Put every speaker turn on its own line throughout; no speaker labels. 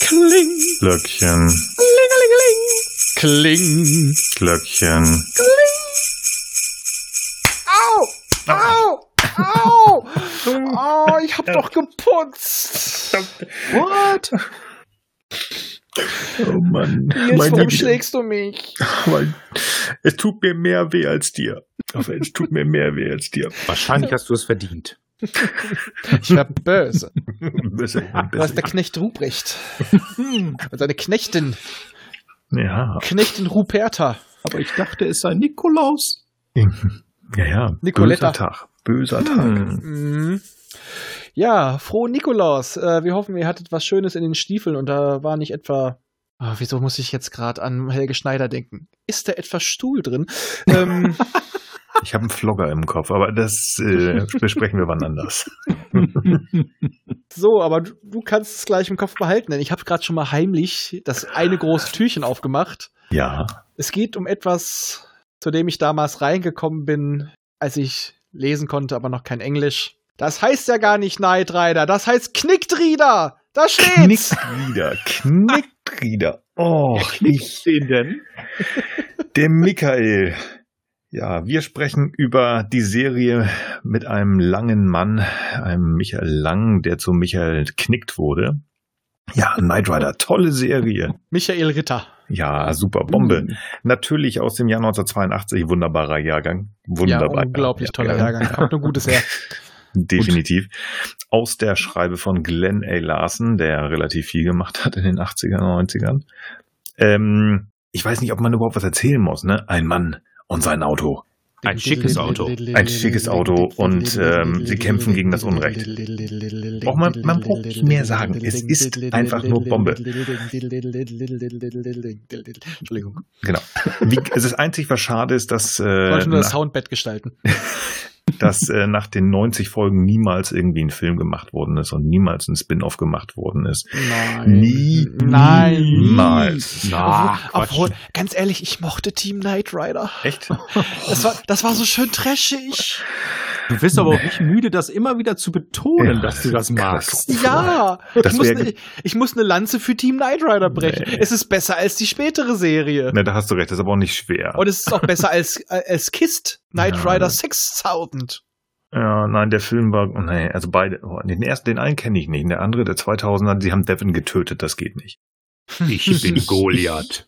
Kling.
Glöckchen,
Klingelingeling. Kling.
Glöckchen.
Au! Au! Au! Au, ich hab doch geputzt. What?
Oh Mann.
Jetzt, warum
Liebe,
schlägst du mich?
mein- es tut mir mehr weh als dir. Aber es tut mir mehr weh als dir.
Wahrscheinlich hast du es verdient.
Ich war böse.
Besser,
Du warst
besser.
der Knecht Ruprecht. Und seine Knechtin.
Ja.
Knechtin Ruperta.
Aber ich dachte, es sei Nikolaus.
Ja, ja.
Nicoletta.
Böser Tag. Böser
Hm.
Tag.
Mhm. Ja, frohen Nikolaus. Äh, wir hoffen, ihr hattet was Schönes in den Stiefeln und da war nicht etwa. Ah, wieso muss ich jetzt gerade an Helge Schneider denken? Ist da etwa Stuhl drin? Ähm,
Ich habe einen Vlogger im Kopf, aber das äh, besprechen wir wann anders.
so, aber du, du kannst es gleich im Kopf behalten, denn ich habe gerade schon mal heimlich das eine große Türchen aufgemacht.
Ja.
Es geht um etwas, zu dem ich damals reingekommen bin, als ich lesen konnte, aber noch kein Englisch. Das heißt ja gar nicht Knight Rider, das heißt Knicktrider. Da steht's.
Knickrieder. Knickrieder. Oh, ich,
den denn?
der Michael. Ja, wir sprechen über die Serie mit einem langen Mann, einem Michael Lang, der zu Michael knickt wurde. Ja, Knight Rider, tolle Serie.
Michael Ritter.
Ja, super Bombe.
Mm.
Natürlich aus dem Jahr 1982, wunderbarer Jahrgang. Wunderbar.
Ja, unglaublich toller Jahrgang. Kommt ein gutes her.
Definitiv. Aus der Schreibe von Glenn A. Larson, der relativ viel gemacht hat in den 80ern, 90ern. Ähm, ich weiß nicht, ob man überhaupt was erzählen muss, ne? Ein Mann und sein Auto.
Ein schickes Auto.
Ein schickes Auto und, ähm, sie kämpfen gegen das Unrecht. Braucht man- man braucht nicht mehr sagen. Es ist einfach nur Bombe.
Entschuldigung.
Genau. Wie, es ist einzig, was schade ist, dass,
Ich
äh,
wollte nur das
nach-
Soundbett gestalten.
dass äh, nach den 90 Folgen niemals irgendwie ein Film gemacht worden ist und niemals ein Spin-off gemacht worden ist.
Nein.
Nie-
Nein.
Niemals.
Na,
Obwohl,
Quatsch.
ganz ehrlich, ich mochte Team Knight Rider.
Echt?
Das war, das war so schön trashig.
Du bist aber auch nicht müde, das immer wieder zu betonen,
Ja,
dass du das magst.
Ja, ich
Das
muss,
wär
ne, ich muss eine Lanze für Team Knight Rider brechen.
Nee.
Es ist besser als die spätere Serie.
Na, Ne, da hast du recht, das ist aber auch nicht schwer.
Und es ist auch besser als, äh, als Kist. Knight
Ja.
Rider 6000.
Ja, nein, der Film war, oh, nee, also beide, oh, den ersten, den einen kenne ich nicht, der andere, der 2000er, sie haben Devin getötet, das geht nicht.
Ich bin Goliath.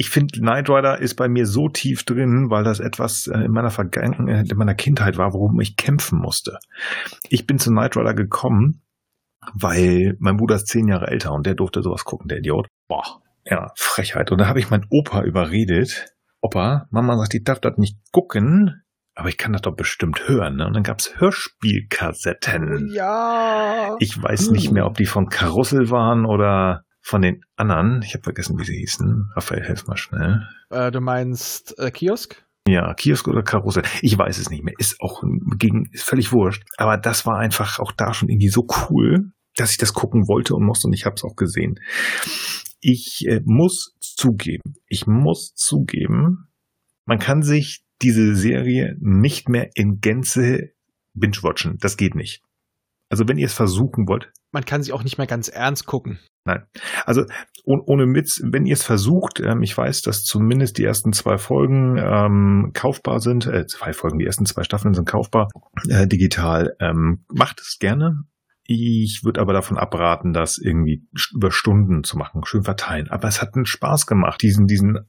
Ich finde, Knight Rider ist bei mir so tief drin, weil das etwas äh, in meiner Vergangenheit, in meiner Kindheit war, worum ich kämpfen musste. Ich bin zu Knight Rider gekommen, weil mein Bruder ist zehn Jahre älter und der durfte sowas gucken, der Idiot. Boah, ja, Frechheit. Und da habe ich meinen Opa überredet. Opa, Mama sagt, ich darf das nicht gucken, aber ich kann das doch bestimmt hören. Ne? Und dann gab's Hörspielkassetten.
Ja.
Ich weiß nicht mehr, ob die von Karussell waren oder von den anderen. Ich habe vergessen, wie sie hießen. Raphael, helf mal schnell.
Äh, du meinst äh, Kiosk?
Ja, Kiosk oder Karussell. Ich weiß es nicht mehr. Ist auch gegen, ist völlig wurscht. Aber das war einfach auch da schon irgendwie so cool, dass ich das gucken wollte und musste und ich habe es auch gesehen. Ich äh, muss zugeben, ich muss zugeben, man kann sich diese Serie nicht mehr in Gänze binge-watchen. Das geht nicht. Also wenn ihr es versuchen wollt,
Man kann sie auch nicht mehr ganz ernst gucken.
oh- ohne Witz, wenn ihr es versucht, ähm, ich weiß, dass zumindest die ersten zwei Folgen ähm, kaufbar sind, äh, zwei Folgen, die ersten zwei Staffeln sind kaufbar, äh, digital, ähm, macht es gerne. Ich würde aber davon abraten, das irgendwie sch- über Stunden zu machen, schön verteilen. Aber es hat einen Spaß gemacht, diesen, diesen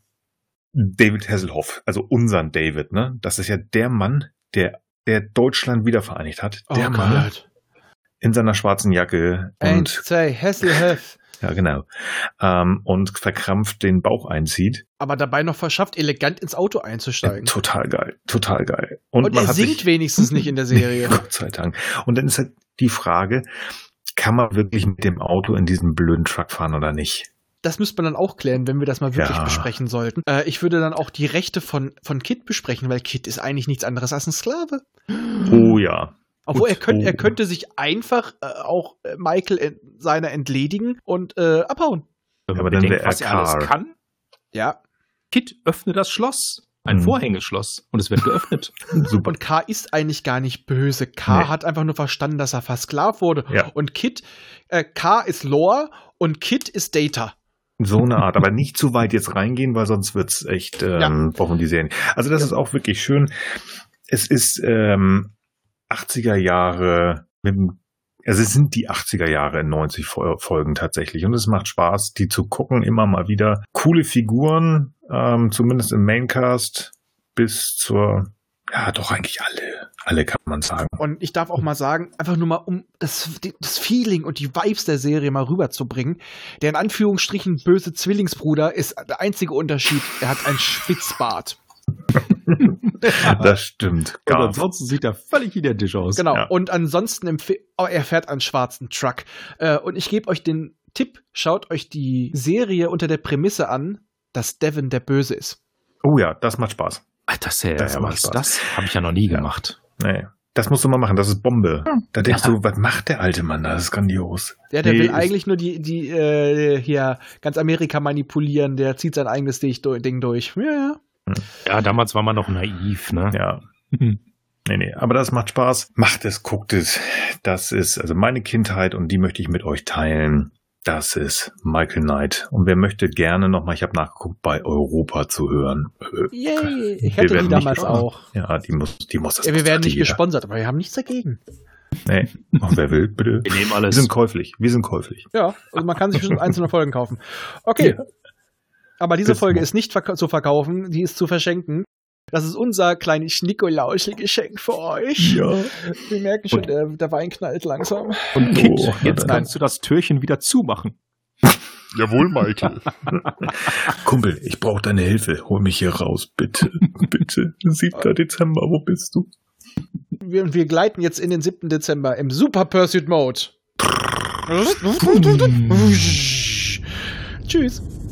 David Hasselhoff, also unseren David, ne? Das ist ja der Mann, der, der Deutschland wiedervereinigt hat.
Oh
Der Mann in seiner schwarzen Jacke
Ein,
und
zwei, Hasselhoff.
ja, genau. Ähm, und verkrampft den Bauch einzieht.
Aber dabei noch verschafft, elegant ins Auto einzusteigen.
Total geil, total geil.
Und,
Und, man
er
hat
singt
sich,
wenigstens nicht in der Serie.
Gott sei Dank. Und dann ist halt die Frage, kann man wirklich mit dem Auto in diesen blöden Truck fahren oder nicht?
Das müsste man dann auch klären, wenn wir das mal wirklich
Ja.
besprechen sollten. Äh, ich würde dann auch die Rechte von, von Kit besprechen, weil Kit ist eigentlich nichts anderes als ein Sklave. Mhm.
Oh ja.
Obwohl er, könnt, er
Oh.
könnte sich einfach äh, auch äh, Michael in, seiner entledigen und äh, abhauen.
Wenn man
Aber dann
bedenkt,
wär er
was er alles
Karl.
kann.
Ja.
Kit, öffne das Schloss. Ein
Mhm.
Vorhängeschloss. Und es wird geöffnet.
Super.
Und K ist eigentlich gar nicht böse. K
Nee.
hat einfach nur verstanden, dass er versklavt wurde.
Ja.
Und Kit, äh, K ist Lore und Kit ist Data.
So eine Art, aber nicht zu weit jetzt reingehen, weil sonst wird's echt, ähm,
Ja.
brauchen die Serien. Also das ist auch wirklich schön. Es ist ähm, 80er Jahre mit dem also es sind die 80er Jahre in 90 Fol- Folgen tatsächlich und es macht Spaß, die zu gucken, immer mal wieder. Coole Figuren, ähm, zumindest im Maincast bis zur, ja doch eigentlich alle, alle kann man sagen.
Und ich darf auch mal sagen, einfach nur mal, um das, die- das Feeling und die Vibes der Serie mal rüberzubringen. Der in Anführungsstrichen böse Zwillingsbruder ist der einzige Unterschied. Er hat einen Spitzbart.
Das stimmt.
Und
Gar
ansonsten sieht er völlig identisch aus.
Genau.
Ja.
Und ansonsten empfe- oh, er fährt einen schwarzen Truck. Äh, und ich gebe euch den Tipp: Schaut euch die Serie unter der Prämisse an, dass Devin der Böse ist.
oh ja, das macht Spaß.
Alter, das, ist ja,
Das macht
was,
Spaß.
das habe ich ja noch nie
Ja.
gemacht.
Nee. Das musst du mal machen, das ist Bombe.
Hm.
Da denkst
Ja.
du, was macht der alte Mann da? Das ist grandios.
Ja, der
Nee,
will
ist-
eigentlich nur die, die äh, hier ganz Amerika manipulieren. Der zieht sein eigenes Dich- Ding durch. Ja, ja.
Ja, damals war man noch naiv, ne?
Ja. Nee, nee, aber das macht Spaß. Macht es, guckt es. Das ist also meine Kindheit und die möchte ich mit euch teilen. Das ist Michael Knight. Und wer möchte gerne nochmal, ich habe nachgeguckt, bei Europa zu hören. Äh,
Yay. Ich
Wir
hatte
werden
die
nicht
damals
gesponsert.
auch.
Ja, die muss, die muss das.
Ja, wir
das
werden
hatte
nicht
jeder.
gesponsert, aber wir haben nichts dagegen.
Nee. Und wer will, bitte.
Wir nehmen
Wir
alles.
sind käuflich. Wir sind käuflich.
Ja, also man kann sich schon einzelne Folgen kaufen. Okay. Aber diese
Das-
Folge ist nicht verk zu verkaufen, die ist zu verschenken. Das ist unser kleines Nikolauschel-Geschenk für euch. Wir merken schon, der, der Wein knallt langsam.
Und
Oh,
Kit,
na
jetzt
dann.
kannst du das Türchen wieder zumachen.
Jawohl, Michael.
Kumpel, ich brauche deine Hilfe. Hol mich hier raus, bitte. Bitte. 7. Dezember, wo bist du?
Wir, und wir gleiten jetzt in den 7. Dezember im Super Pursuit Mode. Tschüss.
Tschüss.